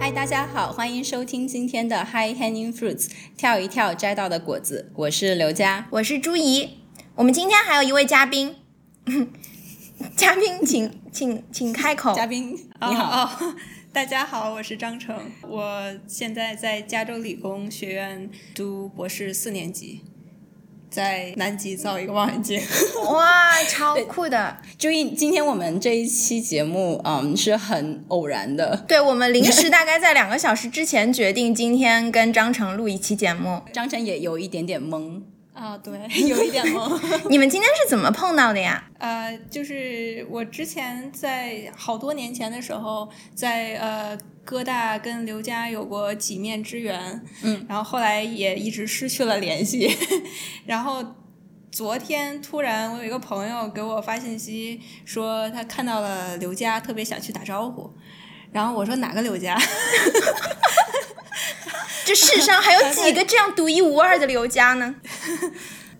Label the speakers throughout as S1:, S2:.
S1: 嗨，大家好，欢迎收听今天的 High Hanging Fruits，跳一跳摘到的果子。我是刘佳，
S2: 我是朱怡。我们今天还有一位嘉宾， 嘉宾请请请开口。
S1: 嘉宾
S3: 哦
S1: 你好。
S3: 哦， 大家好，我是张成，我现在在加州理工学院读博士四年级，在南极造一个望远镜。
S2: 哇，超酷的！
S1: 注意，今天我们这一期节目，嗯，是很偶然的。
S2: 对我们临时大概在两个小时之前决定今天跟张成录一期节目。
S1: 张晨也有一点点懵，
S3: 啊， 对，有一点懵。
S2: 你们今天是怎么碰到的呀？
S3: 呃，就是我之前在好多年前的时候，在呃哥大跟刘佳有过几面之缘，
S1: 嗯，
S3: 然后后来也一直失去了联系， 然后。昨天突然，我有一个朋友给我发信息说他看到了刘佳，特别想去打招呼。然后我说哪个刘佳？
S2: 这世上还有几个这样独一无二的刘佳呢？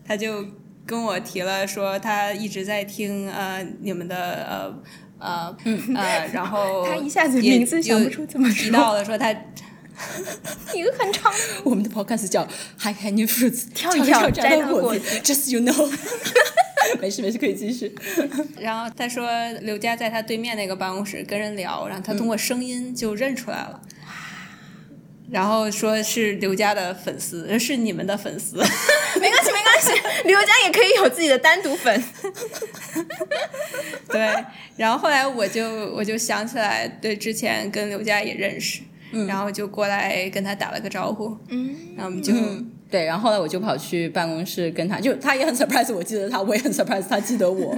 S3: 他就跟我提了说他一直在听呃你们的呃呃呃，然后
S2: 嗯 他一下子
S3: 也
S2: 名字想不
S3: 又
S2: 出怎么
S3: 提
S2: 说
S3: 到了说他
S2: 一个很长的名字
S1: 我们的 podcast 叫 High Hanging Fruits，
S2: 跳一
S1: 一
S2: 跳
S1: 摘
S2: 摘到
S1: 果
S2: 果
S1: 子，Just you know 。 没事没事，可以继续。
S3: 然后他说刘佳在他对面那个办公室跟人聊，然后他通
S2: 嗯
S3: 过声音就认出来了，然后说是刘佳的粉丝，呃是你们的粉丝。
S2: 没关系，没关系，刘佳也可以有自己的单独粉。
S3: 对，然后后来我就我就想起来，对，之前跟刘佳也认识，然后就过来跟他打了个招呼，
S2: 嗯，
S3: 然后我们就、
S1: 对，然后后来我就跑去办公室跟他，就他也很 surprise，我记得他，我也很 surprise，他记得 我。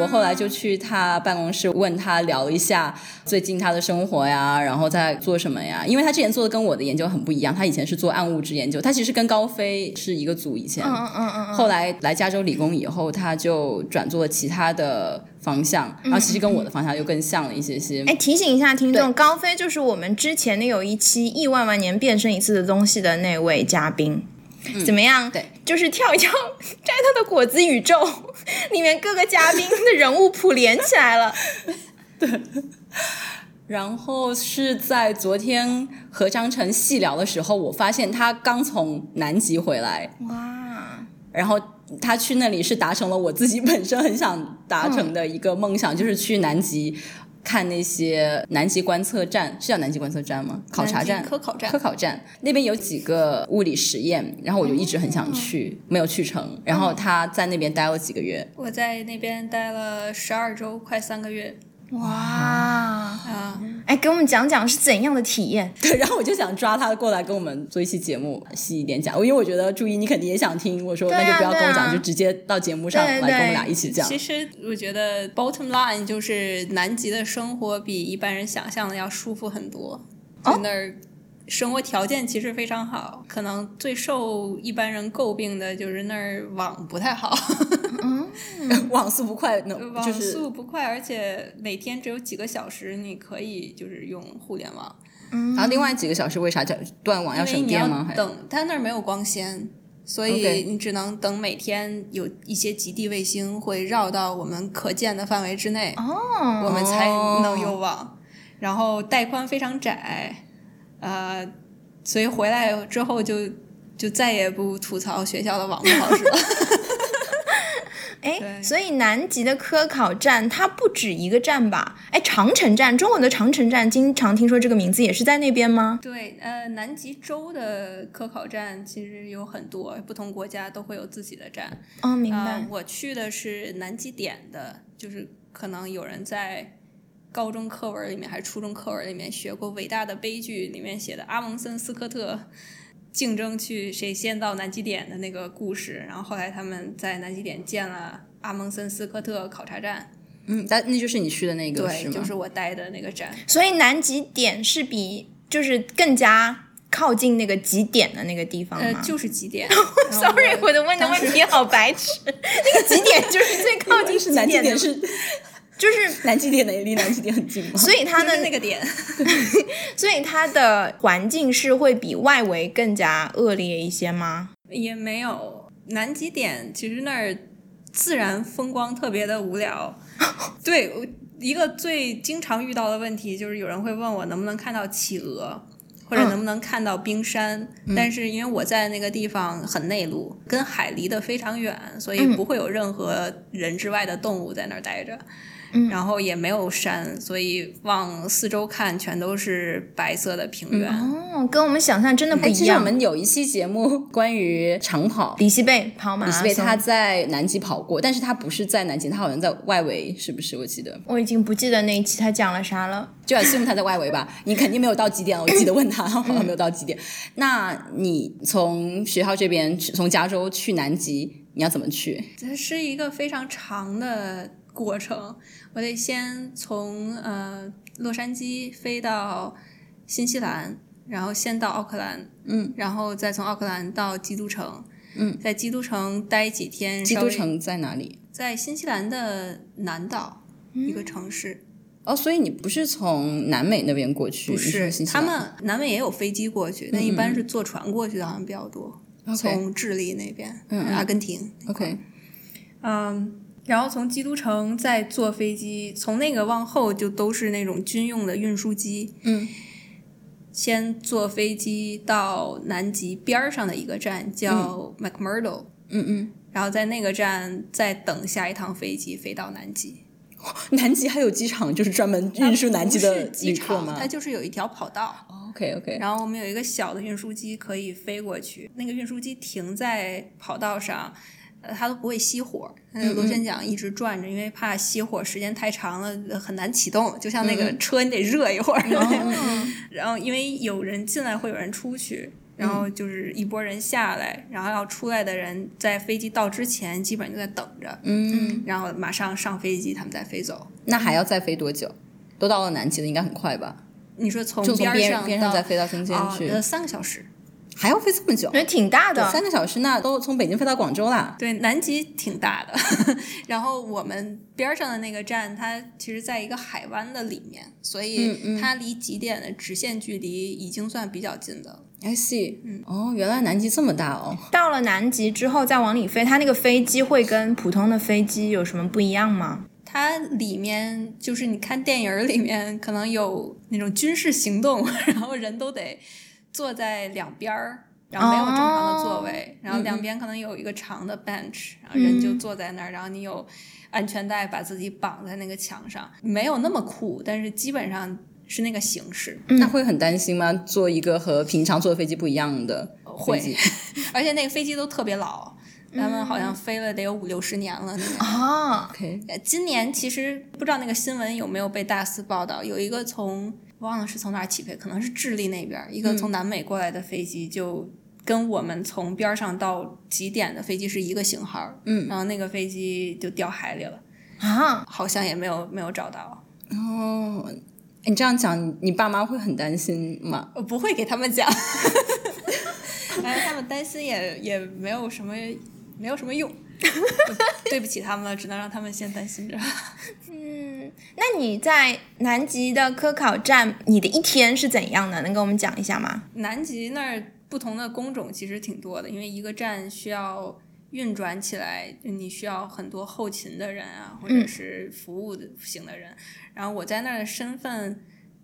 S1: 我后来就去他办公室问他聊一下最近他的生活呀，然后在做什么呀？因为他之前做的跟我的研究很不一样，他以前是做暗物质研究，他其实跟高飞是一个组以前。
S2: 嗯嗯嗯嗯嗯，
S1: 后来来加州理工以后，他就转做了其他的方向，然后其实跟我的方向又更像了一些些。
S2: 嗯哎，提醒一下听众，高飞就是我们之前的有一期《亿万万年变身一次的东西》的那位嘉宾。怎么样？
S1: 对，
S2: 就是跳一跳摘他的果子宇宙里面各个嘉宾的人物谱连起来了。
S1: 然后是在昨天和张晨细聊的时候，我发现他刚从南极回来，
S2: 哇，
S1: 然后他去那里是达成了我自己本身很想达成的一个梦想，就是去南极看那些南极观测站，是叫南极观测站吗？考察站、
S3: 科考站
S1: 科考站那边有几个物理实验，然后我就一直很想去，没有去成。然后他在那边待了几个月，
S3: 我在那边待了十二周，快三个月
S2: 哇，
S3: 啊、
S2: 哎，给我们讲讲是怎样的体验？
S1: 对，然后我就想抓他过来跟我们做一期节目，细一点讲，因为我觉得注意你肯定也想听，我说、
S2: 对啊
S1: 那就不要跟我讲，
S2: 对啊
S1: 就直接到节目上来
S2: 对
S1: 跟我们俩
S2: 对
S1: 一起讲。
S3: 其实我觉得 bottom line 就是南极的生活比一般人想象的要舒服很多，
S1: 哦
S3: 在那儿生活条件其实非常好，可能最受一般人诟病的就是那儿网不太好，
S1: 网速不快，能就
S3: 网
S1: 是
S3: 速不快，而且每天只有几个小时你可以就是用互联网，
S1: 然后另外几个小时为啥叫断网？要
S3: 嗯因为
S1: 省
S3: 你
S1: 电吗？
S3: 要
S1: 还
S3: 等，它那儿没有光纤。所
S1: OK
S3: 以你只能等每天有一些极地卫星会绕到我们可见的范围之内，
S2: 哦，
S3: 我们才
S1: 哦
S3: 能有网。然后带宽非常窄，呃，所以回来之后就就再也不吐槽学校的网不好使了。
S2: 哎，
S3: 对
S2: 所以南极的科考站它不止一个站吧？哎，长城站，中文的长城站，经常听说这个名字也是在那边吗？
S3: 对，呃，南极洲的科考站其实有很多，不同国家都会有自己的站。
S2: 哦，明白。
S3: 啊、我去的是南极点的，就是可能有人在高中课文里面还是初中课文里面学过《伟大的悲剧》里面写的阿蒙森斯科特竞争去谁先到南极点的那个故事，然后后来他们在南极点建了阿蒙森斯科特考察站，
S1: 嗯，但那就是你去的那个是
S3: 对，
S1: 吗？
S3: 就是我待的那个站。
S2: 所以南极点是比就是更加靠近那个极点的那个地方
S3: 呃，
S2: 吗、
S3: 就是极 点。然后
S2: Sorry，我的问的
S3: 当
S2: 问
S3: 时
S2: 题好白痴。那个极点就是最靠近
S1: 就 是南极
S2: 点
S1: 点
S2: 的。
S1: 是
S2: 就 是
S1: 南极点哪离南极点很近吗？哎
S2: 所以它的
S3: 就是那个点，
S2: 所以它的环境是会比外围更加恶劣一些吗？
S3: 也没有南极点，其实那儿自然风光特别的 无聊。对，我一个最经常遇到的问题就是有人会问我能不能看到企鹅，或者
S2: 嗯
S3: 能不能看到冰山。但是因为我在那个地方很内陆，跟海离得非常远，所以
S2: 嗯
S3: 不会有任何人之外的动物在那儿待着。
S2: 嗯
S3: 然后也没有山，所以往四周看全都是白色的平原。
S2: 哦，跟我们想象真的不
S1: 哎，
S2: 一
S1: 其实我
S2: 样。
S1: 们有一期节目 关于长跑，
S2: 里希贝跑马
S3: 啊
S1: 李
S2: 拉
S1: 斯
S2: 松，
S1: 贝他在南极跑过，但是他不是在南极，他好像在外围，是不是？我记得
S2: 我已经不记得那一期他讲了啥了。
S1: 就 assume 他在外围 吧。你肯定没有到极点，我记得问他， 好像没有到极点。那你从学校这边去，从加州去南极，你要怎么去？
S3: 这是一个非常长的过程，我得先从呃洛杉矶飞到新西兰，然后先到奥克兰，
S1: 嗯，
S3: 然后再从奥克兰到基督城，
S1: 嗯，
S3: 在基督城待几天，
S1: 基
S3: 稍
S1: 督
S3: 微
S1: 城在哪里？
S3: 在新西兰的南岛、
S1: 嗯
S3: 一个城市，
S1: 哦，所以你不是从南美那边过去，你
S3: 不是
S1: 从新西
S3: 他
S1: 兰嗯
S3: 们南美也有飞机过去，但一般是坐船过去的，好像比较多，
S1: OK
S3: 从智利那边，
S1: 嗯嗯
S3: 阿根廷那块儿
S1: OK，
S3: 嗯，然后从基督城再坐飞机，从那个往后就都是那种军用的运输机。
S1: 嗯，
S3: 先坐飞机到南极边儿上的一个站叫 McMurdo，、
S1: 嗯嗯，
S3: 然后在那个站再等下一趟飞机飞到南极。
S1: 南极还有机场，就是专门运输南极的
S3: 不是机
S1: 旅客
S3: 场，
S1: 吗
S3: 它就是有一条跑道，
S1: ？OK OK，
S3: 然后我们有一个小的运输机可以飞过去，那个运输机停在跑道上，呃，它都不会熄火，那
S1: 嗯
S3: 个螺旋桨一直转着，因为怕熄火时间太长了呃很难启动，就像那
S1: 嗯
S3: 个车你得热一会儿，
S1: 哦
S2: 嗯
S3: 然后因为有人进来会有人出去。然后就是一波人下来，然后要出来的人在飞机到之前基本就在等着，
S1: 嗯，
S3: 然后马上上飞机，他们再飞走。
S1: 那还要再飞多久？都到了南极了，应该很快吧？
S3: 你说从
S1: 就从
S3: 边儿
S1: 边
S3: 上
S1: 边
S3: 到
S1: 上再飞到中间
S3: 啊
S1: 去，
S3: 呃，三个小时，
S1: 还要飞这么久
S2: 我？觉得挺大的，
S1: 三个小时，那都从北京飞到广州啦。
S3: 对，南极挺大的， 然后我们边儿上的那个站，它其实在一个海湾的里面，
S1: 嗯
S3: 所
S1: 嗯
S3: 以它离极点的直线距离已经算比较近的了。
S1: I see，嗯，哦，原来南极这么大哦。
S2: 到了南极之后再往里飞，它那个飞机会跟普通的飞机有什么不一样吗？
S3: 它里面就是你看电影儿里面可能有那种军事行动， 然后人都得坐在两边儿，然后没有正常的座位，然后两边可能有一个长的 bench，然后人就坐在那儿，然后你有安全带把自己绑在那个墙上，没有那么酷，但是基本上是那个形式。
S1: 那会很担心吗？坐一个和平常坐的飞机不一样的飞机？
S3: 而且那个飞机都特别老，咱们好像飞了得有五六十年了那个。
S2: 啊，
S1: OK，
S3: 呃今年其实不知道那个新闻有没有被大肆报道，有一个从忘了是从哪儿起飞，可能是智利那边儿一个从南美过来的飞机，就跟我们从边儿上到极点的飞机是一个型号儿，
S1: 嗯
S3: 然后那个飞机就掉海里了，
S2: 啊，
S3: 好像也没有没有找到。
S1: 哦，你这样讲，你你爸妈会很担心吗？
S3: 我不会给他们讲， 哎，他们担心也也没有什么没有什么用，对不起他们了，只能让他们先担心着。
S2: 那你在南极的科考站，你的一天是怎样的？能跟我们讲一下吗？
S3: 南极那儿不同的工种其实挺多的，因为一个站需要运转起来，就你需要很多后勤的人啊，或
S2: 嗯
S3: 者是服务的型的人。然后我在那儿的身份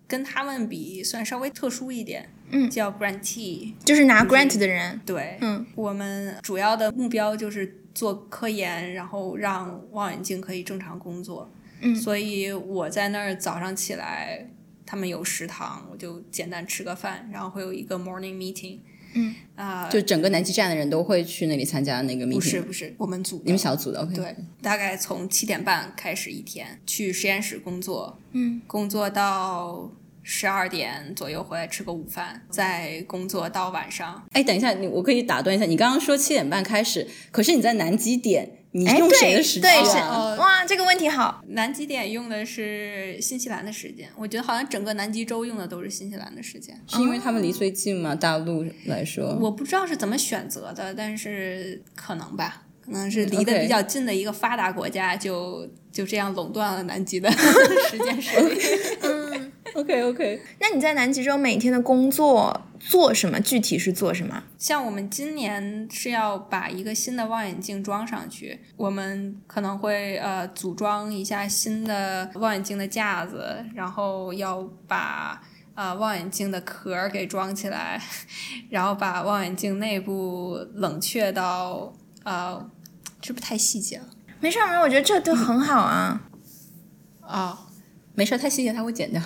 S3: 跟他们比，算稍微特殊一点，
S2: 嗯
S3: 叫 grantee，
S2: 就是拿 grant 的人，
S3: 对，
S2: 嗯，
S3: 我们主要的目标就是做科研，然后让望远镜可以正常工作。
S2: 嗯
S3: 所以我在那儿早上起来，他们有食堂，我就简单吃个饭，然后会有一个 morning meeting。
S2: 嗯，
S3: 啊、
S1: 就整个南极站的人都会去那里参加那个 meeting，
S3: 不是不是，我们组的
S1: 你们小组的 OK？
S3: 对，大概从七点半开始一天，去实验室工作，
S2: 嗯，
S3: 工作到十二点左右回来吃个午饭，再工作到晚上，
S1: 哎，等一下，你我可以打断一下，你刚刚说七点半开始，可是你在南极点，你
S2: 哎，
S1: 用谁的
S2: 对对
S1: 时
S2: 是，
S1: 间啊？
S3: 哦
S2: 哇，这个问题好，
S3: 南极点用的是新西兰的时间，我觉得好像整个南极洲用的都是新西兰的时间。
S1: 是因为他们离最近吗？大陆来说，
S3: 我不知道是怎么选择的，但是可能吧。可能是离
S1: 嗯
S3: 得
S1: OK
S3: 比较近的一个发达国家就就这样垄断了南极的 时间水平。
S1: OK OK，
S2: 那你在南极洲每天的工作做什么？具体是做什么？
S3: 像我们今年是要把一个新的望远镜装上去，我们可能会呃组装一下新的望远镜的架子，然后要把呃望远镜的壳儿给装起来， 然后把望远镜内部冷却到呃，是不是太细节了
S2: 没事儿，没事儿，我觉得这都很好啊。
S3: 啊、
S1: 没事，太细节他会剪 掉。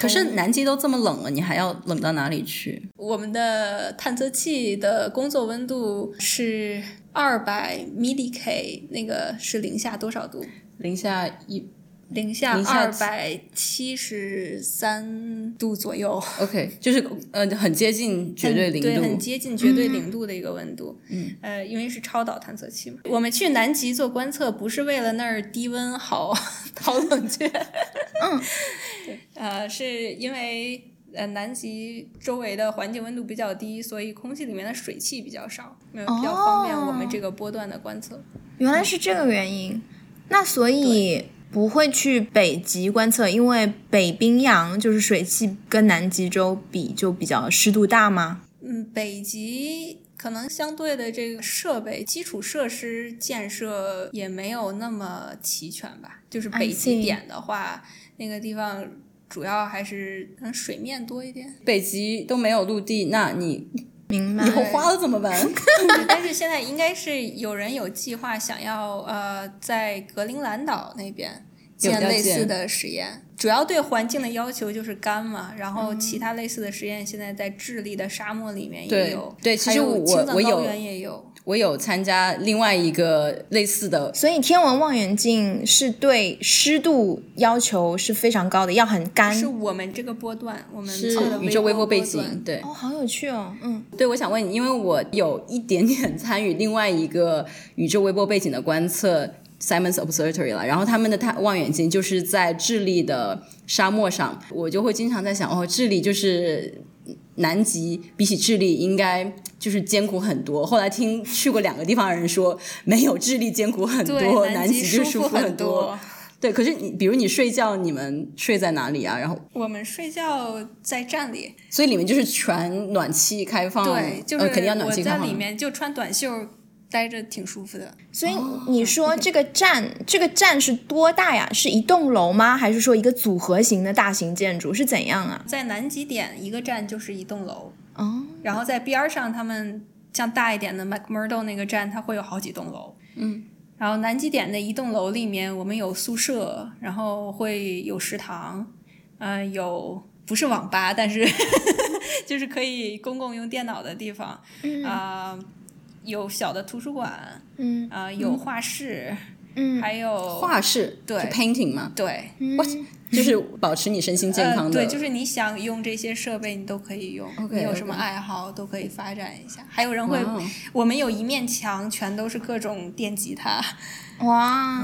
S1: 可是
S3: 嗯
S1: 南极都这么冷了，你还要冷到哪里去？
S3: 我们的探测器的工作温度是二百 m i l l i K，那个是零下多少度？
S1: 零下一
S3: 零下
S1: 零下
S3: 二百七十三度左右，
S1: OK，就是呃很接近绝对零
S3: 对，
S1: 度。，
S3: 很接近绝对零度的一个温度。嗯，呃，因为是超导探测器嘛，我们去南极做观测不是为了那儿低温好 好冷却，嗯， 呃，是因为。呃，南极周围的环境温度比较低，所以空气里面的水汽比较少，呃比较方便我们这个波段的观测。
S2: 原来是这个原因。那所以不会去北极观测，因为北冰洋就是水汽跟南极洲比就比较湿度大吗？
S3: 嗯，北极可能相对的这个设备、基础设施建设也没有那么齐全吧。就是
S2: I
S3: 北
S2: see
S3: 极点的话，那个地方主要还是可能水面多一点
S1: 北极都没有陆地，那你
S2: 明白
S1: 以。后花了怎么 办？
S3: 对但是现在应该是有人有计划想要呃，在格陵兰岛那边
S1: 有
S3: 建
S1: 要
S3: 类似
S1: 建
S3: 的实验。主要对环境的要求就是干嘛，然后其他类似的实验现在在智利的沙漠里面
S1: 嗯对
S3: 也有，
S1: 对其
S3: 还
S1: 实
S3: 有
S1: 我
S3: 青藏
S1: 我
S3: 高
S1: 有
S3: 原也有。
S1: 我有参加另外一个类似的，
S2: 所以天文望远镜是对湿度要求是非常高的，要很干。
S3: 是我们这个波段，我们
S1: 是
S3: 测的
S1: 宇宙微波背
S3: 波
S1: 景。
S3: 段。
S1: 对
S2: 哦，好有趣哦，嗯，
S1: 对，我想问你，因为我有一点点 参与另外一个宇宙微波背景的观测。Simon's Observatory 了，然后他们的太望远镜就是在智利的沙漠上，我就会经常在想，哦，智利就是南极比起智利应该就是艰苦很多。后来听去过两个地方的人说，没有智利艰苦很多，
S3: 对，
S1: 南
S3: 极
S1: 就
S3: 舒
S1: 服
S3: 很
S1: 多。。对，可是你比如你睡觉，你们睡在哪里啊？然后
S3: 我们睡觉在站里，
S1: 所以里面就是全暖气开放，
S3: 对，就是
S1: 呃、肯定要暖
S3: 我
S1: 气开
S3: 在
S1: 放
S3: 里
S1: 的。
S3: 面就穿短袖待着挺舒服的。
S2: 所以你说这个站，这个站是多大呀？是一栋楼吗？还是说一个组合型的大型建筑是怎样啊？
S3: 在南极点，一个站就是一栋楼，
S2: 哦，
S3: 然后在边儿上，他们像大一点的 McMurdo 那个站，它会有好几栋楼。
S1: 嗯。
S3: 然后南极点的一栋楼里面，我们有宿舍，然后会有食堂，呃，有不是网吧，但是 就是可以公共用电脑的地方，啊、有小的图书馆，
S2: 嗯
S3: 啊、有画室，
S2: 嗯
S3: 还有
S1: 画室
S3: 对
S1: 是 painting 嘛，
S3: 对，
S1: What？就是保持你身心健康的。
S3: 呃。对，就是你想用这些设备，你都可以用。
S1: OK，
S3: 你有什么
S1: OK
S3: 爱好都可以发展一下。还有人会
S1: 哇哦
S3: 我们有一面墙全都是各种电吉他，
S2: 哇，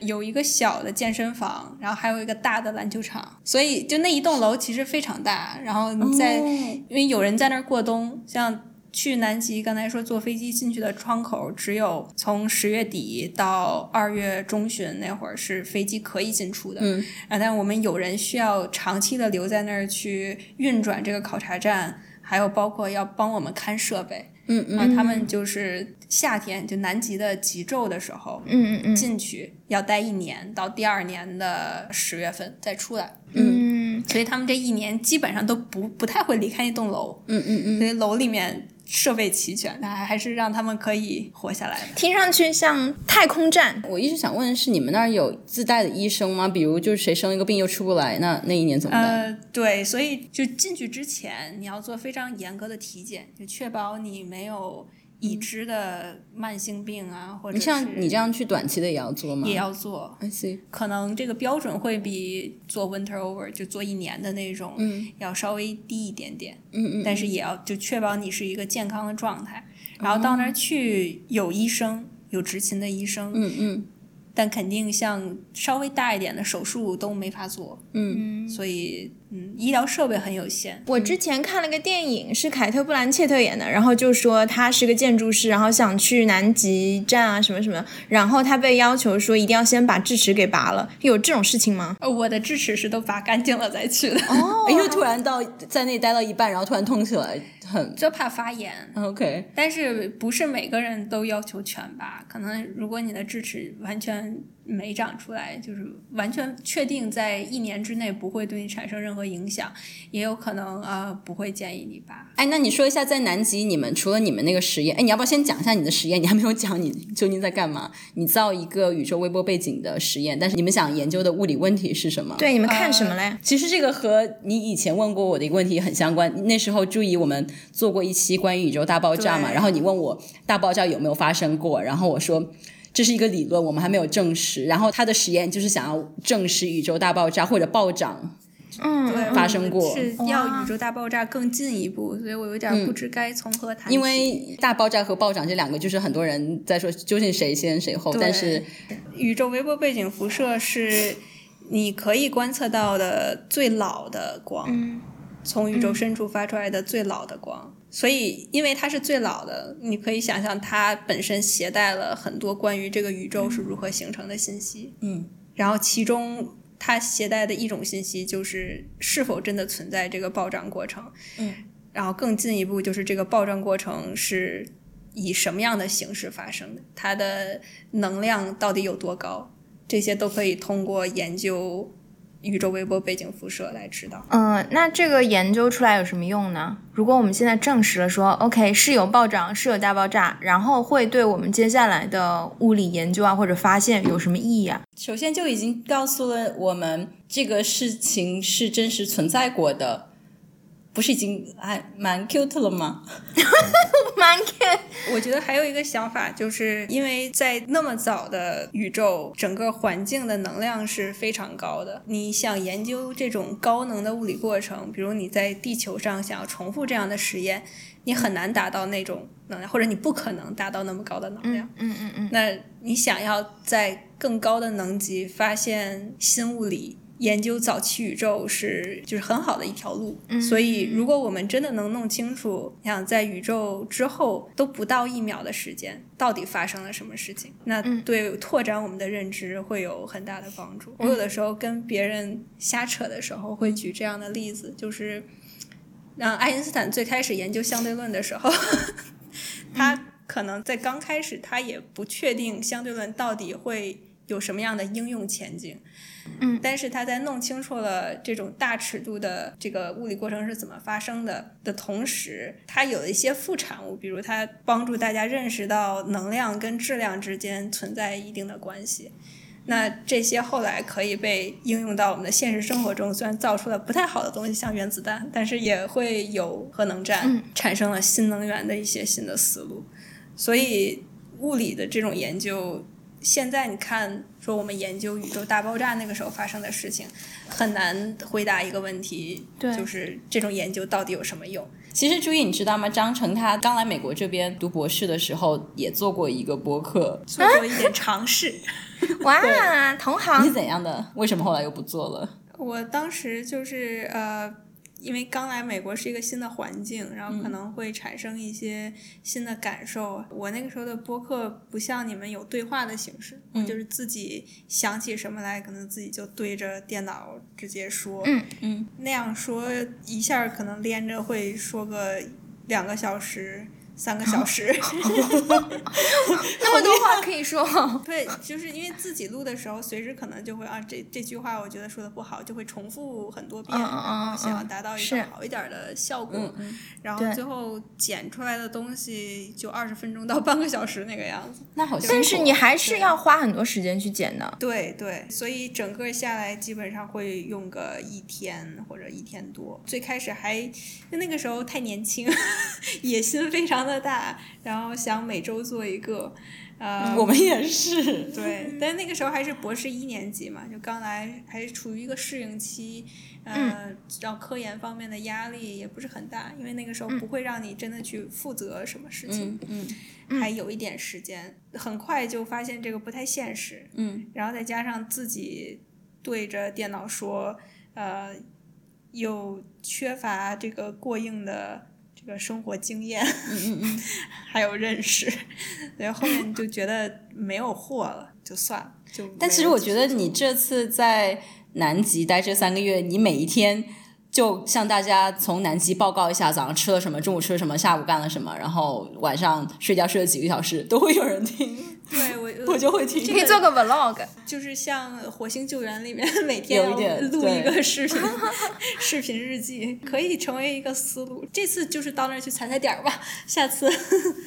S3: 有一个小的健身房，然后还有一个大的篮球场，所以就那一栋楼其实非常大。然后你在，
S1: 哦
S3: 因为有人在那儿过冬，像。去南极，刚才说坐飞机进去的窗口只有从十月底到二月中旬那会儿是飞机可以进出的，
S1: 嗯
S3: 啊，但我们有人需要长期的留在那儿去运转这个考察站，还有包括要帮我们看设备。
S1: 嗯嗯，
S3: 啊，他们就是夏天，就南极的极昼的时候
S2: 嗯嗯嗯
S3: 进去，要待一年，到第二年的十月份再出来。
S2: 嗯，
S3: 所以他们这一年基本上都不不太会离开那栋楼。
S1: 嗯嗯嗯，
S3: 所以楼里面设备齐全，那还是让他们可以活下来的。
S2: 听上去像太空站。
S1: 我一直想问的是，你们那儿有自带的医生吗？比如就是谁生一个病又出不来，那那一年怎么办？
S3: 呃，对，所以就进去之前，你要做非常严格的体检，就确保你没有已知的慢性病啊，或
S1: 嗯
S3: 者
S1: 你像你这
S3: 样
S1: 样去短期的也要做吗？
S3: 也要做。
S1: I see。
S3: 可能这个标准会比做 winter over 就做一年的那种，
S1: 嗯
S3: 要稍微低一点点，
S1: 嗯嗯哦
S3: 但是也要就确保你是一个健康的状态。然后到那儿去有医生，有执勤的医生，
S1: 嗯嗯
S3: 但肯定像稍微大一点的手术都没法做，
S1: 嗯，
S3: 所以嗯，医疗设备很有限。
S2: 我之前看了个电影，是凯特·布兰切特演的，然后就说他是个建筑师，然后想去南极站啊什么什么，然后他被要求说一定要先把智齿给拔了，有这种事情吗？
S3: 呃，我的智齿是都拔干净了再去的，
S2: 哦
S1: 因为哎突然到在那待到一半，然后突然痛起来，很
S3: 就怕发炎。
S1: OK。
S3: 但是不是每个人都要求全拔？可能如果你的智齿完全没长出来，就是完全确定在一年之内不会对你产生任何影响，也有可能呃不会建议你拔。
S1: 哎，那你说一下，在南极你们除了你们那个实验，哎，你要不要先讲一下你的实验？你还没有讲你究竟在干嘛？你造一个宇宙微波背景的实验，但是你们想研究的物理问题是什么？
S2: 对，你们看什么嘞？
S1: 其实这个和你以前问过我的一个问题很相关。那时候注意我们做过一期关于宇宙大爆炸嘛，
S3: 对
S1: 然后你问我大爆炸有没有发生过，然后我说。这是一个理论，我们还没有证实。然后他的实验就是想要证实宇宙大爆炸或者暴涨。
S2: 嗯，
S3: 对，
S1: 发生过嗯
S3: 是
S2: 哇
S3: 要宇宙大爆炸更进一步，所以我有点不知该从何谈起。
S1: 因为大爆炸和暴涨这两个，就是很多人在说究竟谁先谁后，
S3: 对
S1: 但是
S3: 宇宙微波背景辐射是你可以观测到的最老的光，
S2: 嗯
S3: 从宇宙深处发出来的最老的光。所以，因为它是最老的，你可以想象它本身携带了很多关于这个宇宙是如何形成的信息。
S1: 嗯，
S3: 然后其中它携带的一种信息就是是否真的存在这个暴涨过程。
S1: 嗯，
S3: 然后更进一步就是这个暴涨过程是以什么样的形式发生的，它的能量到底有多高，这些都可以通过研究宇宙微波背景辐射来知道。
S2: 嗯，那这个研究出来有什么用呢？如果我们现在证实了说，OK 是有暴涨，是有大爆炸，然后会对我们接下来的物理研究啊或者发现有什么意义啊？
S1: 首先就已经告诉了我们这个事情是真实存在过的，不是已经还蛮 cute 了吗？
S2: 蛮 c
S3: 我觉得还有一个想法，就是因为在那么早的宇宙，整个环境的能量是非常高的。你想研究这种高能的物理过程，比如你在地球上想要重复这样的实验，你很难达到那种能量，或者你不可能达到那么高的能量
S2: 嗯。嗯嗯
S3: 那你想要在更高的能级发现新物理，研究早期宇宙是就是很好的一条路。
S2: 嗯
S3: 所以，如果我们真的能弄清楚，你想在宇宙之后都不到一秒的时间，到底发生了什么事情，那
S2: 嗯
S3: 对拓展我们的认知会有很大的帮助。我有的时候跟别人瞎扯的时候，会举这样的例子，就是。让爱因斯坦最开始研究相对论的时候，他可能在刚开始，他也不确定相对论到底会有什么样的应用前景。
S2: 嗯
S3: 但是他在弄清楚了这种大尺度的这个物理过程是怎么发生的的同时，它有一些副产物，比如它帮助大家认识到能量跟质量之间存在一定的关系。那这些后来可以被应用到我们的现实生活中，虽然造出了不太好的东西，像原子弹，但是也会有核能站
S2: 嗯，
S3: 产生了新能源的一些新的思路。所以物理的这种研究，现在你看，说我们研究宇宙大爆炸那个时候发生的事情，很难回答一个问题，
S2: 对
S3: 就是这种研究到底有什么用？
S1: 其实朱毅，你知道吗？张成他刚来美国这边读博士的时候，也做过一个播客。
S3: 做做一点尝试。
S2: 嗯，哇，同
S1: 你
S2: 行
S1: 是怎样的？为什么后来又不做了？
S3: 我当时就是呃，因为刚来美国是一个新的环境，然
S2: 嗯
S3: 后可能会产生一些新的感受。我那个时候的播客不像你们有对话的形式，我就是
S2: 嗯
S3: 自己想起什么来，可能自己就对着电脑直接说。
S2: 嗯
S1: 嗯，
S3: 那样说一下儿可能连着会说个两个小时。三个 小时，
S2: 那么多话可以说，
S3: 对，就是因为自己录的时候，随时可能就会啊，这这句话我觉得说的不好，就会重复很多遍，
S2: 嗯嗯嗯
S3: 然后想要
S2: 嗯
S3: 达到一
S2: 是
S3: 个好一点儿的效果，
S1: 嗯
S3: 然
S2: 对
S3: 后最后剪出来的东西就二十分钟到半个小时那个样子。
S1: 那好辛苦。
S2: 但是你还是要花很多时间去剪的。
S3: 对对，所以整个下来基本上会用个一 天或者一天多。最开始还就那个时候太年轻，野心非常乐大，然后想每周做一个，呃，
S1: 我们也是，
S3: 对，但那个时候还是博士一年级嘛，就刚来，还是处于一个适应期，呃，然后科研方面的压力也不是很大，因为那个时候不会让你真的去负责什么事情
S1: 嗯，嗯
S3: 还有一点时间，很快就发现这个不太现实，
S1: 嗯，
S3: 然后再加上自己对着电脑说，呃，又缺乏这个过硬的这个生活经验，
S1: 嗯
S3: 还有认识，所以后面就觉得没有货了，就算了。就
S1: 但其实我觉得你这次在南极待这三个月，你每一天就向大家从南极报告一下早上吃了什么，中午吃了什么，下午干了什么，然后晚上睡觉睡了几个小时，都会有人听，
S3: 对我
S1: 我就会听。
S2: 可以做个 vlog，
S3: 就是像《火星救援》里面 每天
S1: 有一
S3: 要
S1: 点
S3: 录
S1: 对
S3: 一个视频， 视频日记可以成为一个思路。这次就是到那儿去踩踩点儿吧，下次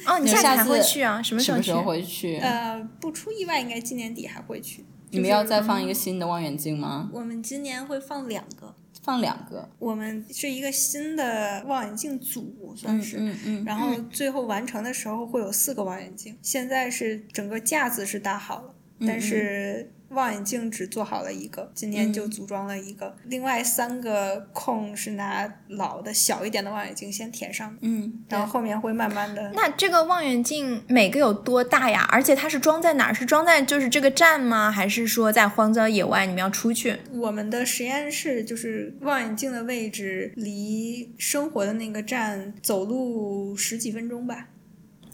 S2: 哦，你
S1: 对
S2: 下
S1: 下
S2: 次还
S1: 次
S2: 会去啊？什么时
S1: 什
S2: 候
S1: 么
S2: 去
S1: 时？候回去？
S3: 呃不出意外，应该今年底还会去。
S1: 你们要再放一个新的望远镜吗？
S3: 我们今年会放两个，
S1: 放两个，
S3: 呃我们是一个新的望远镜组，算
S1: 嗯
S3: 是。
S1: 嗯嗯，
S3: 然后最后完成的时候会有四个望远镜，现在是整个架子是搭好了，
S1: 嗯
S3: 但是望远镜只做好了一个，今年
S1: 嗯
S3: 就组装了一个，另外三个空是拿老的小一点的望远镜先填上，
S1: 嗯，
S3: 然后后面会慢慢的。
S2: 那这个望远镜每个有多大呀？而且它是装在哪儿？是装在就是这个站吗？还是说在荒郊野外你们要出去？
S3: 我们的实验室就是望远镜的位置离生活的那个站走路十几分钟吧，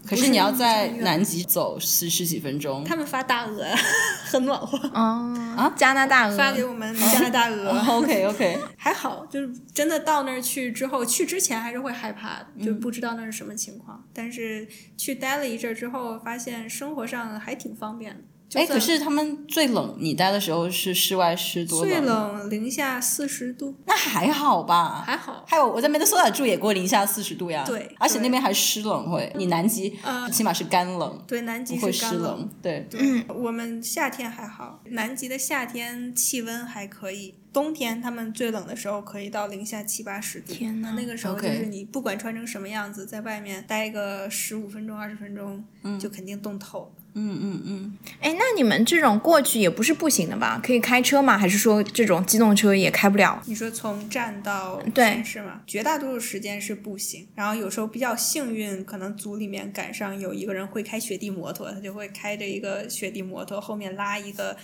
S1: 可是你要在南极走十十几分钟，
S3: 他们发大鹅， 很暖和，
S2: 哦，
S1: 啊
S2: 加拿大鹅
S3: 发给我们 加拿大鹅。
S1: 嗯 OK OK，
S3: 还好，就是真的到那儿去之后，去之前还是会害怕的，
S1: 嗯
S3: 就不知道那是什么情况。但是去待了一阵儿之后，发现生活上还挺方便的。就
S1: 哎，
S3: 算
S1: 可是他们最冷，你待的时候是室外湿多
S3: 最冷零下四十度，
S1: 那还好吧？
S3: 还好。
S1: 还有我在梅德苏达住也过零下四十度呀，
S3: 对
S1: 而且那
S3: 对
S1: 边还湿冷会，你南极
S3: 呃
S1: 起码是干冷，
S3: 对，南极
S1: 会
S3: 是
S1: 湿
S3: 干
S1: 冷，对，
S3: 对，我们夏天还好，南极的夏天气温还可以，冬天他们最冷的时候可以到零下七八十度。
S2: 天哪
S3: 那个时候就
S1: OK
S3: 是你不管穿成什么样子，在外面待个十五分钟、二十分钟，就肯定冻透了。
S1: 嗯嗯嗯，
S2: 哎，那你们这种过去也不是不行的吧？可以开车吗？还是说这种机动车也开不了？
S3: 你说从站到
S2: 对
S3: 城市嘛，绝大多数时间是步行，然后有时候比较幸运，可能组里面赶上有一个人会开雪地摩托，他就会开着一个雪地摩托，后面拉一个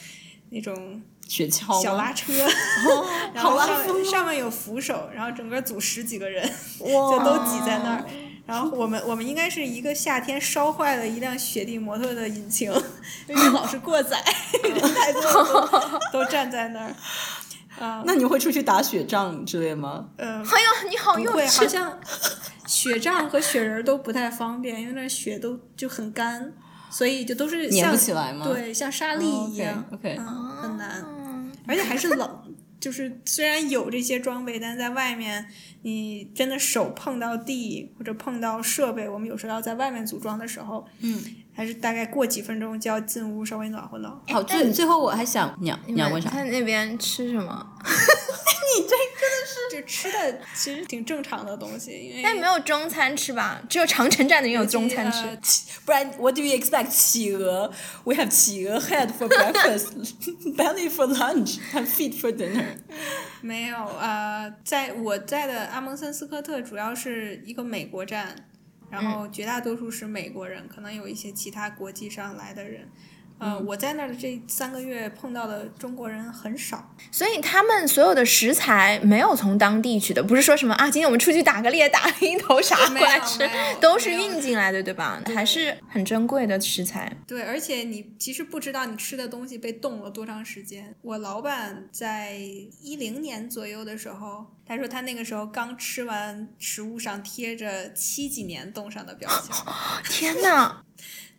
S3: 那种
S1: 雪橇吗
S3: 小拉车，然后上
S1: 啊
S3: 面上面有扶手，然后整个组十几个人
S1: 哦
S3: 就都挤在那儿。然后我们我们应该是一个夏天烧坏了一辆雪地摩托的引擎，因为老是过载，人太多了都都 站在那儿。
S1: 那你会出去打雪仗之类吗？
S3: 嗯，
S2: 哎呀，你好幼
S3: 对，好
S2: 稚！
S3: 像雪仗和雪人都不太方便，因为那雪都就很干，所以就都是
S1: 粘
S3: 像
S1: 不起来吗哦
S3: 对，像沙粒一样，
S1: OK，OK
S3: 嗯，很
S2: 哦
S3: 难，而且还是冷。就是虽然有这些装备，但在外面，你真的手碰到地或者碰到设备，我们有时候要在外面组装的时候，嗯，还是大概过几分钟就要进屋稍微暖和暖和。
S1: 好，最最后我还想你要你要问啥？
S2: 在那边吃什么？
S3: 就吃的其实挺正常的东西，因为
S2: 但没有中餐吃吧？只有长城站的人有中餐吃。
S3: 呃
S1: 不然 What do you expect？企鹅，We have 企鹅 head for breakfast，belly for lunch and feet for dinner。
S3: 没有，呃，在我在的阿蒙森斯科特主要是一个美国站，然后绝大多数是美国人，可能有一些其他国际上来的人。呃，我在那儿的这三个月碰到的中国人很少，
S2: 所以他们所有的食材没有从当地取的，不是说什么啊，今天我们出去打个猎，打个鹰头啥过
S3: 没有
S2: 来吃
S3: 没有，
S2: 都是
S3: 没有
S2: 运进来的，对吧？还是很珍贵的食材。
S3: 对，而且你其实不知道你吃的东西被冻了多长时间。我老板在一零年左右的时候，他说他那个时候刚吃完食物上贴着七几年冻上的标签，
S2: 天哪，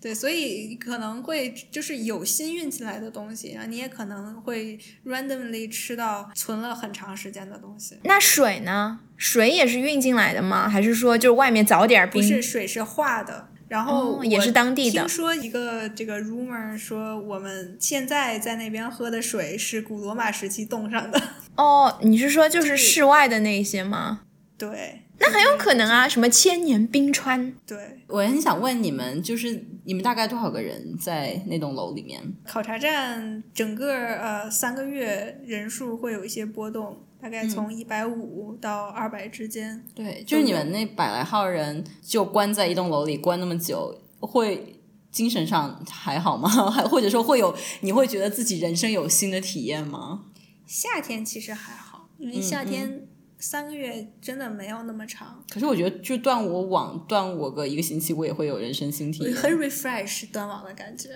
S3: 对，所以可能会就是有新运进来的东西，然后你也可能会 randomly 吃到存了很长时间的东西。
S2: 那水 呢？水也是运进来的吗？还是说就是外面早点
S3: 不
S2: 冰？
S3: 是水是化的，然后、
S2: 哦也是当地的
S3: 听说一个这个 rumor 说，我们现在在那边喝的水是古罗马时期冻上的。
S2: 哦，你是说就是室外的那一些吗？
S3: 对，
S2: 那很有可能啊，什么千年冰川，
S3: 对，
S1: 我很想问你们，就是你们大概多少个人在那栋楼里面？
S3: 考察站整个呃三个月人数会有一些波动，大
S2: 嗯
S3: 概从一百五到二百之间。
S1: 对，就是你们那百来号人就关在一栋楼里关那么久，会精神上还好吗？ 还或者说会有你会觉得自己人生有新的体验吗？
S3: 夏天其实还好，因
S2: 嗯
S3: 为夏天三个月真的没有那么长，
S1: 可是我觉得，就断我网断我个一个星期，我也会有人生新体验。
S3: 很 refresh 断网的感觉。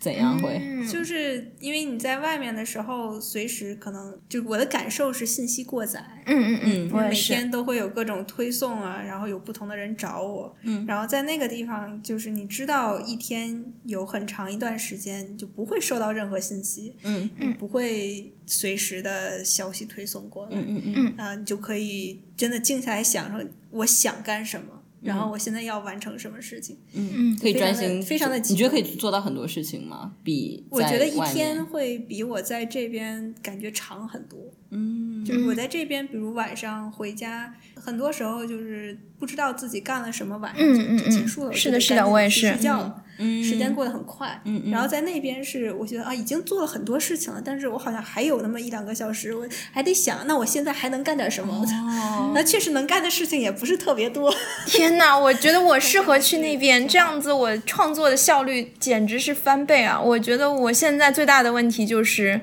S1: 怎样会？
S2: 嗯
S3: 就是因为你在外面的时候，随时可能就我的感受是信息过载，
S2: 嗯嗯嗯，我也
S3: 每
S2: 是。
S3: 天都会有各种推送啊，然后有不同的人找我，嗯，然后在那个地方，就是你知道一天有很长一段时间你就不会收到任何信息，
S1: 嗯
S3: 嗯，不会随时的消息推送过来，
S1: 嗯嗯
S2: 嗯
S1: 嗯
S3: 啊、你就可以真的静下来想说我想干什么，然后我现在要完成什么事情。
S1: 嗯，可以专心，
S3: 非常地非常地
S1: 你觉得可以做到很多事情吗？比
S3: 我觉
S1: 在
S3: 得一
S1: 外面
S3: 天会比我在这边感觉长很多，
S1: 嗯
S3: 就是我在这边，比如晚上回家，很多时候就是不知道自己干了什么，晚上就,、
S2: 嗯嗯
S3: 就结束了。
S2: 嗯
S3: 就是
S2: 的
S3: 得
S2: 是的
S3: 赶紧
S2: 我也
S3: 去
S2: 是
S3: 睡觉了，
S1: 嗯
S3: 时间过得很快。
S1: 嗯嗯
S3: 然后在那边是，我觉得啊，已经做了很多事情了，但是我好像还有那么一两个小时，我还得想，那我现在还能干点什么？
S1: 哦，
S3: 那确实能干的事情也不是特别多。
S2: 天哪，我觉得我适合去那边，这样子我创作的效率简直是翻倍啊！我觉得我现在最大的问题就是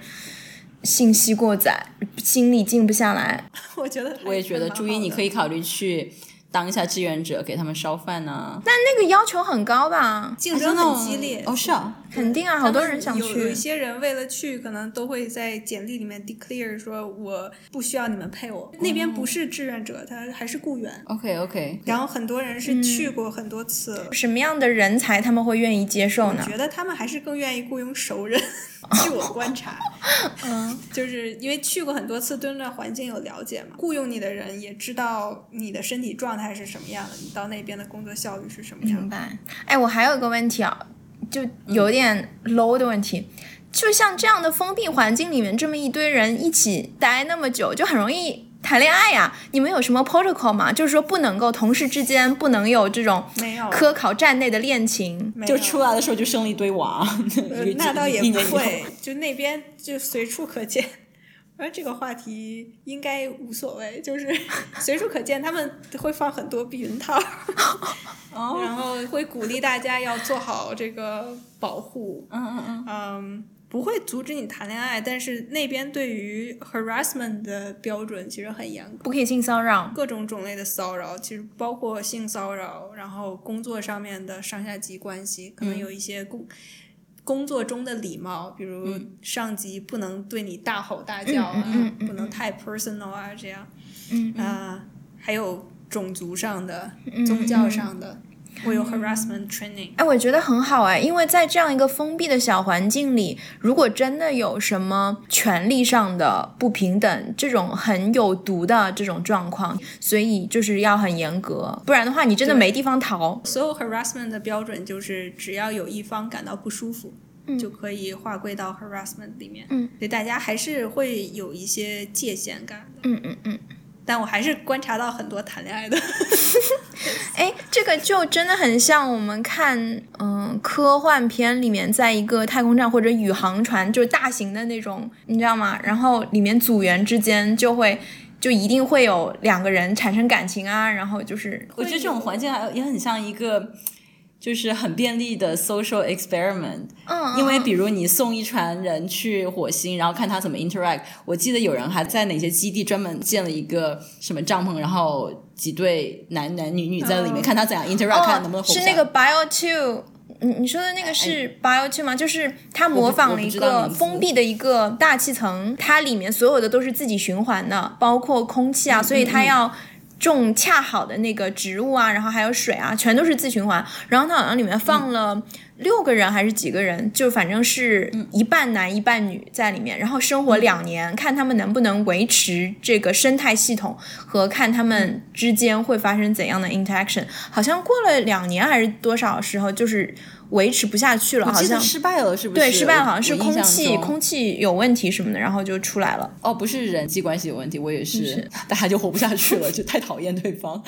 S2: 信息过载，心里静不下来。
S3: 我觉得
S1: 我也觉得，朱一，你可
S3: 以。
S1: 以考虑去当一下志愿者，给他们烧饭啊呐、
S2: 但哎那个要求很高吧？
S3: 竞
S1: 啊真
S3: 争
S1: 的
S3: 很激
S1: 哦
S3: 烈
S1: 哦，是啊，
S2: 肯定啊，
S3: 他
S2: 好多
S3: 们
S2: 人想
S3: 有有一
S2: 去。
S3: 些人为了去，可能都会在简历里面 declare 说我不需要你们配我。那
S2: 哦
S3: 边不是志愿者，他还是雇员。
S1: OK OK，
S3: 然后很多人
S2: 嗯
S3: 是去过很多次了，
S2: 什么样的人才他们会愿意接受
S3: 我
S2: 呢？
S3: 觉得他们还是更愿意雇佣熟人。
S2: 哦
S3: 据我 观察，嗯，就是因为去过很多次，对那环境有了解嘛，雇佣你的人也知道你的身体状态是什么样的，你到那边的工作效率是什么样
S2: 明
S3: 的。
S2: 白。哎，我还有一个问题啊，就有点 low 的问题。就像这样的封闭环境里面，这么一堆人一起待那么久，就很容易谈恋爱呀、你们有什么 protocol 吗？就是说不能够同事之间不能有这种
S3: 没有
S2: 科考站内的恋情。
S3: 没
S1: 就
S3: 有
S1: 出来的时候就生了一堆娃，
S3: 呃
S1: 一个
S3: 那倒也
S1: 一
S3: 不
S1: 年以后
S3: 会，就那边就随处可见。而这个话题应该无所谓，就是 随处可见，他们会放很多避孕套，然后会鼓励大家要做好这个保护。
S1: 嗯嗯嗯，
S3: 嗯，不会阻止你谈恋爱，但是那边对于 harassment 的标准其实很严格，
S2: 不可以性骚扰，
S3: 各种种类的骚扰，其实包括性骚扰，然后工作上面的上下级关系，可能
S2: 嗯
S3: 有一些工、工作中的礼貌，比如上级不能对你大吼大叫啊，
S2: 嗯嗯嗯嗯
S3: 不能太 personal 啊，这样
S2: 嗯
S3: 啊、还有种族上的、
S2: 嗯
S3: 宗教上的，会有 harassment training。
S2: 哎，我觉得很好哎，因为在这样一个封闭的小环境里，如果真的有什么权利上的不平等，这种很有毒的这种状况，所以就是要很严格，不然的话你真的没地方逃。
S3: 所有 harassment 的标准就是，只要有一方感到不舒服，就可以划归到 harassment 里面。
S2: 嗯，
S3: 所以大家还是会有一些界限感的。
S2: 嗯嗯嗯，
S3: 但我还是观察到很多谈恋爱的，
S2: 哎，这个就真的很像我们看嗯、科幻片里面，在一个太空站或者宇航船，就是大型的那种，你知道吗？然后里面组员之间就会。就一定会有两个人产生感情啊，然后就是
S1: 我觉得这种环境还有也很像一个。就是很便利的 social experiment，
S2: 嗯，
S1: 因为
S2: 嗯
S1: 比如你送一船人去火星，然后看他怎么 interact。我记得有人还在哪些基地专门建了一个什么帐篷，然后几对男男女女在里面、
S3: 哦
S1: 看他怎样 interact，、看能不能活
S2: 是
S1: 下哎
S2: 那个 Bio Two。你你说的那个是 Bio Two 吗？就是它模仿了一
S1: 我不我不知道
S2: 个
S1: 名字
S2: 封闭的一个大气层，它里面所有的都是自己循环的，包括空气
S1: 嗯
S2: 啊，所以它要种恰好的那个植物啊，然后还有水啊，全都是自循环。然后它好像里面放了六个人还是几个人，就反正是
S1: 嗯
S2: 一半男一半女在里面，然后生活两年，看他们能不能维持这个生态系统和看他们之间会发生怎样的 interaction。好像过了两年还是多少时候，就是维持不下去了，
S1: 我
S2: 好
S1: 记得
S2: 像
S1: 失败了，是不是？
S2: 对失败了，好像是
S1: 我
S2: 空
S1: 我
S2: 气
S1: 印象中
S2: 空气有问题什么的，然后就出来了。
S1: 哦，不是人际关系有问题，我也是，
S2: 是
S1: 大家就活不下去了，就太讨厌对 方。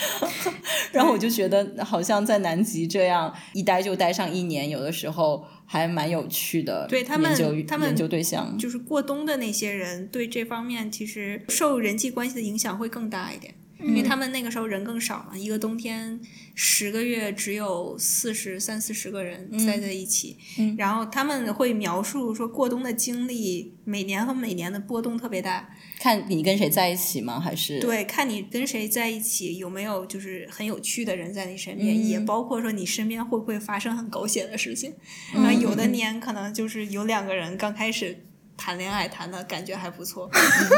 S1: 然后我就觉得，好像在南极这样一待就待上一年，有的时候还蛮有趣的。
S3: 对他们
S1: 研究
S3: 他们
S1: 研究对象，
S3: 就是过冬的那些人，对这方面其实受人际关系的影响会更大一点，因
S2: 嗯
S3: 为他们那个时候人更少嘛，一个冬天十个月只有四十三四十个人待在一起，
S1: 嗯
S3: 然后他们会描述说过冬的经历，每年和每年的波动特别大，
S1: 看你跟谁在一起吗？还是
S3: 对，看你跟谁在一起，有没有就是很有趣的人在你身边，也
S1: 嗯
S3: 包括说你身边会不会发生很狗血的事情。然后有的年可能就是有两个人刚开始谈恋爱，谈的感觉还不错，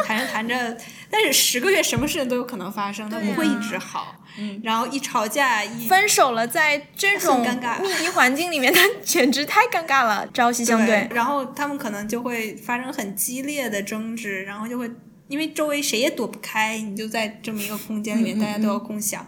S3: 谈着谈着，但是十个月什么事情都有可能发生，它
S2: 对
S3: 不会
S2: 呀
S3: 一直好。然后一吵架一
S2: 分手了，在这种
S3: 很尴尬
S2: 密闭环境里面，他简直太尴尬了。朝夕相对，
S3: 然后他们可能就会发生很激烈的争执，然后就会因为周围谁也躲不开，你就在这么一个空间里
S1: 嗯
S3: 面，大家都要共享，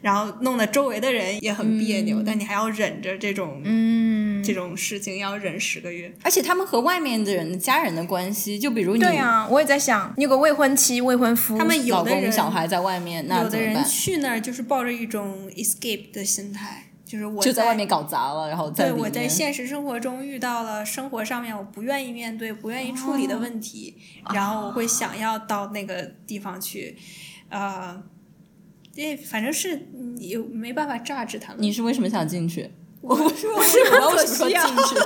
S3: 然后弄得周围的人也很别
S1: 嗯
S3: 扭，但你还要忍着这种、
S2: 嗯，
S3: 这种事情，要忍十个月。
S1: 而且他们和外面的人、家人的关系，就比如你
S2: 对啊，我也在想，你有个未婚妻、未婚夫，
S3: 他们有
S1: 老
S3: 的人
S1: 公、小孩在外面，那
S3: 有
S1: 怎
S3: 的
S1: 么
S3: 人
S1: 办？
S3: 去那儿就是抱着一种 escape 的心态，就是我
S1: 就在外面。搞砸了，然后在
S3: 对，
S1: 里面
S3: 我在现实生活中遇到了生活上面我不愿意面对、不愿意处理的
S1: 哦
S3: 问题，然后我会想要到那个地方去，呃，这反正是嗯有没办法榨制他们。
S1: 你是为什么想进去？
S3: 我我说我
S1: 是我为什么说
S2: 需
S3: 啊
S2: 要
S1: 进去？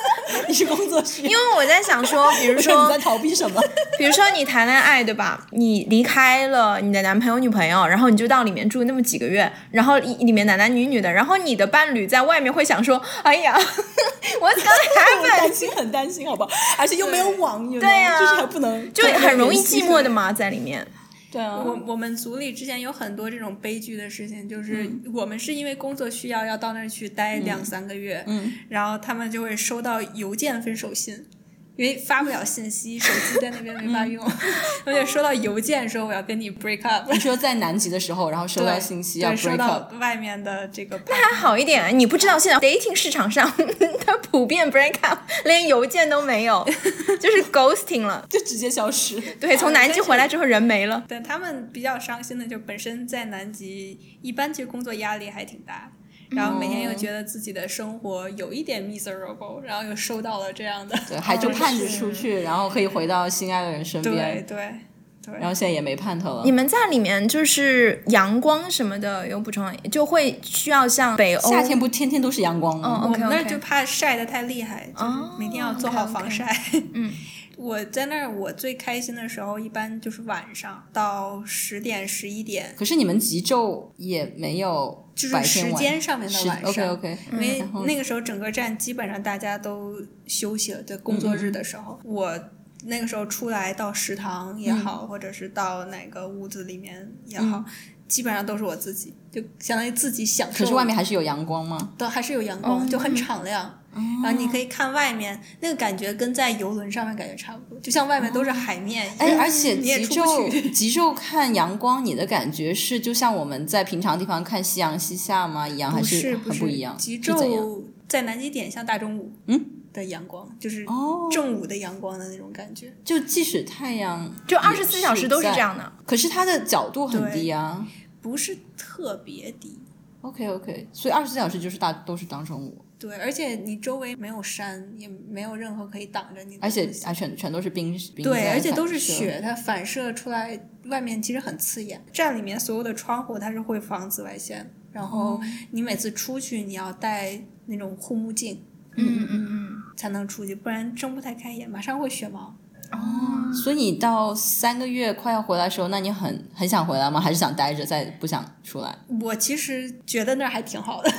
S1: 你是工作需要
S2: 因？为我在想说，比如
S1: 你在
S2: 说，
S1: 逃避什么？
S2: 比如说你谈恋爱对吧？你离开了你的男朋友、女朋友，然后你就到里面住那么几个月，然后里里面男男女女的，然后你的伴侣在外面会想说：“哎呀， 我刚
S1: 我
S2: 才还
S1: 担心，很担心，好不好？而且又没有网，对
S2: 对啊
S1: 就是还不能，
S2: 就很容易寂寞的。嘛，在里面。
S1: 对啊，
S3: 我我们组里之前有很多这种悲剧的事情，就是
S1: 嗯
S3: 我们是因为工作需要要到那儿去待两三个月，
S1: 嗯
S3: 然后他们就会收到邮件分手信，因为发不了信息，手机在那边没
S1: 嗯
S3: 法用，他们就收到邮件说我要跟你 break up，
S1: 你说在南极的时候，然后收到信息要
S3: 对收
S1: break
S3: 到
S1: up，
S3: 外面的这个
S2: 还
S3: partner，
S2: 好一点，你不知道现在 dating 市场上 它普遍 break up，连邮件都没有，就是 ghosting 了。
S1: 就直接消失。
S2: 对，从南极回来之后人没了。
S3: 但他们比较伤心的，就本身在南极，一般其实工作压力还挺大，然后每天
S1: 哦
S3: 又觉得自己的生活有一点 miserable，然后又收到了这样的，
S1: 对，还就盼着
S3: 是
S1: 出去，然后可以回到心爱的人身
S3: 对
S1: 边，
S3: 对对
S1: 然，后现在也没盼头了
S2: 你。们在里面就是阳光什么的有补充，就会需要像北欧
S1: 夏天不天天都是阳光吗？
S2: 哦
S3: 我们那
S2: OK，OK
S3: 儿就怕晒得太厉害，
S1: 哦
S3: 就是每天要做好防晒。
S2: 嗯，
S3: 我在那儿我最开心的时候，一般就是晚上到十点十一
S2: 嗯
S3: 点，
S1: 可是你们极昼也没有
S3: 就是
S1: 白天
S3: 时
S1: 晚
S3: 间上面的晚上。
S1: OK OK，
S3: 因为
S1: 嗯然后
S3: 那个时候整个站基本上大家都休息了，在工作日的时候，
S1: 嗯
S3: 我那个时候出来到食堂也好，或者是到哪个屋子里面也好，基本上都是我自己，就相当于自己享
S1: 嗯
S3: 受。
S1: 可是外面还是有阳光吗？
S3: 都还是有阳光，
S1: 哦
S3: 就很敞亮。然后你可以看外面，那个感觉跟在游轮上面感觉差不多，就像外面都是海面一样。
S1: 哎，而且
S3: 你也
S1: 极
S3: 出不去
S1: 昼极昼看阳光，你的感觉是就像我们在平常地方看夕阳西下吗？一样还
S3: 不是
S1: 很
S3: 是
S1: 一样？
S3: 极
S1: 是怎样？
S3: 昼在南极点像大中午
S1: 嗯
S3: 的阳光，就是
S1: 哦
S3: 正午的阳光的那种感觉。
S1: 就即使太阳
S2: 就
S1: 也
S2: 二十四小时都是
S1: 在
S2: 这，样的。
S1: 可是它的角度很低啊。
S3: 不是特别低。
S1: OK OK，所以二十四小时就是大都是当中午，
S3: 对，而且你周围没有山，也没有任何可以挡着你的
S1: 而
S3: 东西，
S1: 且啊全全都是冰冰
S3: 对，
S1: 在
S3: 而且都是
S1: 反射
S3: 雪，它反射出来，外面其实很刺眼。站里面所有的窗户它是会防紫外线，然后你每次出去你要戴那种护目镜
S2: 嗯嗯
S3: 才能出去，不然睁不太开眼，马上会雪毛。
S1: 所以你到三个月快要回来的时候，那你很很想回来吗？还是想待着，再不想出 来？
S3: 我其实觉得那儿还挺好的，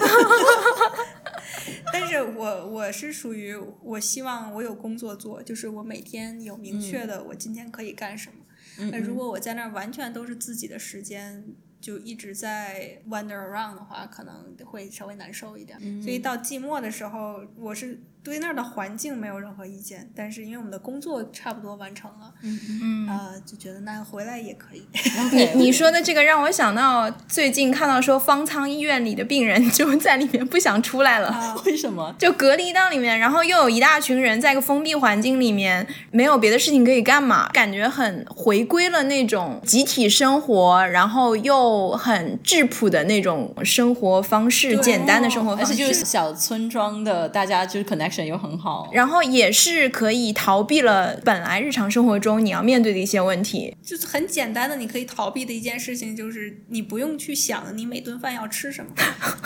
S3: 但是我我是属于我希望我有工作做，就是我每天有明确的我今天可以干什么。那、如果我在那儿完全都是自己的时间，就一直在 wander around 的话，可能会稍微难受一点。所以到季末的时候，我是对那儿的环境没有任何意见，但是因为我们的工作差不多完成了，嗯呃，就觉得那回来也可以。
S2: 你你说的这个让我想到最近看到说方舱医院里的病人就在里面不想出来了。
S3: 啊
S1: 为什么？
S2: 就隔离到里面，然后又有一大群人在一个封闭环境里面，没有别的事情可以干嘛，感觉很回归了那种集体生活，然后又很质朴的那种生活方式，
S3: 对
S2: 简单的生活
S1: 而
S2: 方
S1: 且
S2: 式。
S1: 就是小村庄的，大家就是 connection 又很好。
S2: 然后也是可以逃避了本来日常生活中你要面对的一些问题。
S3: 就是很简单的，你可以逃避的一件事情，就是你不用去想你每顿饭要吃什么。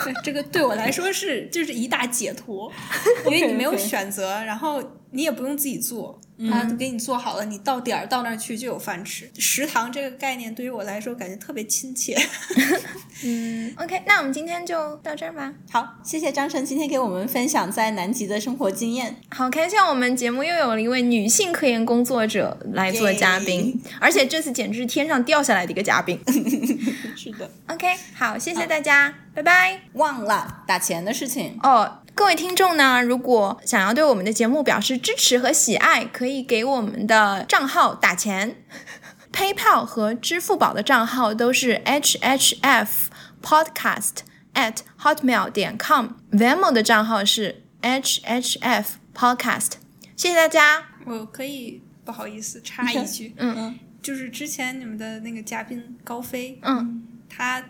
S3: 对这个对我来说是就是一大解脱，因为你没有选择，然后你也不用自己做，他给你做好了，你到点儿到那儿去就有饭吃。食堂这个概念对于我来说感觉特别亲切。
S2: OK，那我们今天就到这儿吧。
S1: 好，谢谢张晨今天给我们分享在南极的生活经验。
S2: 好开心，我们节目又有了一位女性科研工作者来做嘉宾，而且这次简直是天上掉下来的一个嘉宾。
S3: 是的，
S2: OK，好，谢谢大家，拜拜。
S1: 忘了打钱的事情，
S2: 哦，各位听众呢，如果想要对我们的节目表示支持和喜爱，可以给我们的账号打钱。PayPal 和支付宝的账号都是 HHF Podcast at hotmail 点 com。Venmo 的账号是 HHF Podcast。谢谢大家。
S3: 我可以不好意思插一句，
S2: 嗯，
S3: 就是之前你们的那个嘉宾高飞，
S2: 嗯，
S3: 他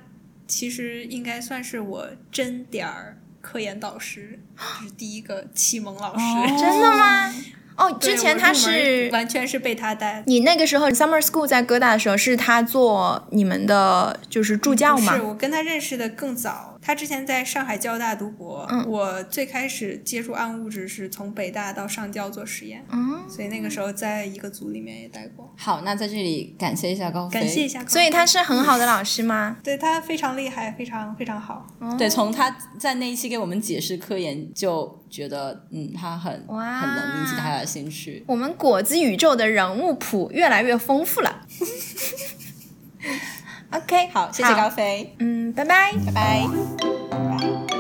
S3: 其实应该算是我真点儿科研导师，就是第一个启蒙老师。
S2: 真的吗？哦，
S3: 对
S2: 之前
S3: 我
S2: 他
S3: 入门
S2: 是
S3: 完全是被他带。
S2: 你那个时候 summer school 在哥大的时候，是他做你们的就是助教
S3: 不
S2: 嘛？
S3: 是，我跟他认识的更早。他之前在上海交大读博，
S2: 嗯
S3: 我最开始接触暗物质是从北大到上交做实验，
S2: 嗯
S3: 所以那个时候在一个组里面也待过。
S1: 好，那在这里感谢一下高飞，
S3: 感谢一下高飞，
S2: 所以他是很好的老师吗？
S3: 对他非常厉害，非常非常好。
S1: 对，从他在那一期给我们解释科研，就觉得嗯，他很
S2: 哇
S1: 很能引起大家的兴趣。
S2: 我们果子宇宙的人物谱越来越丰富了。OK，
S1: 好，谢谢高，飞，
S2: 嗯，拜拜。
S1: 拜拜。
S3: 拜拜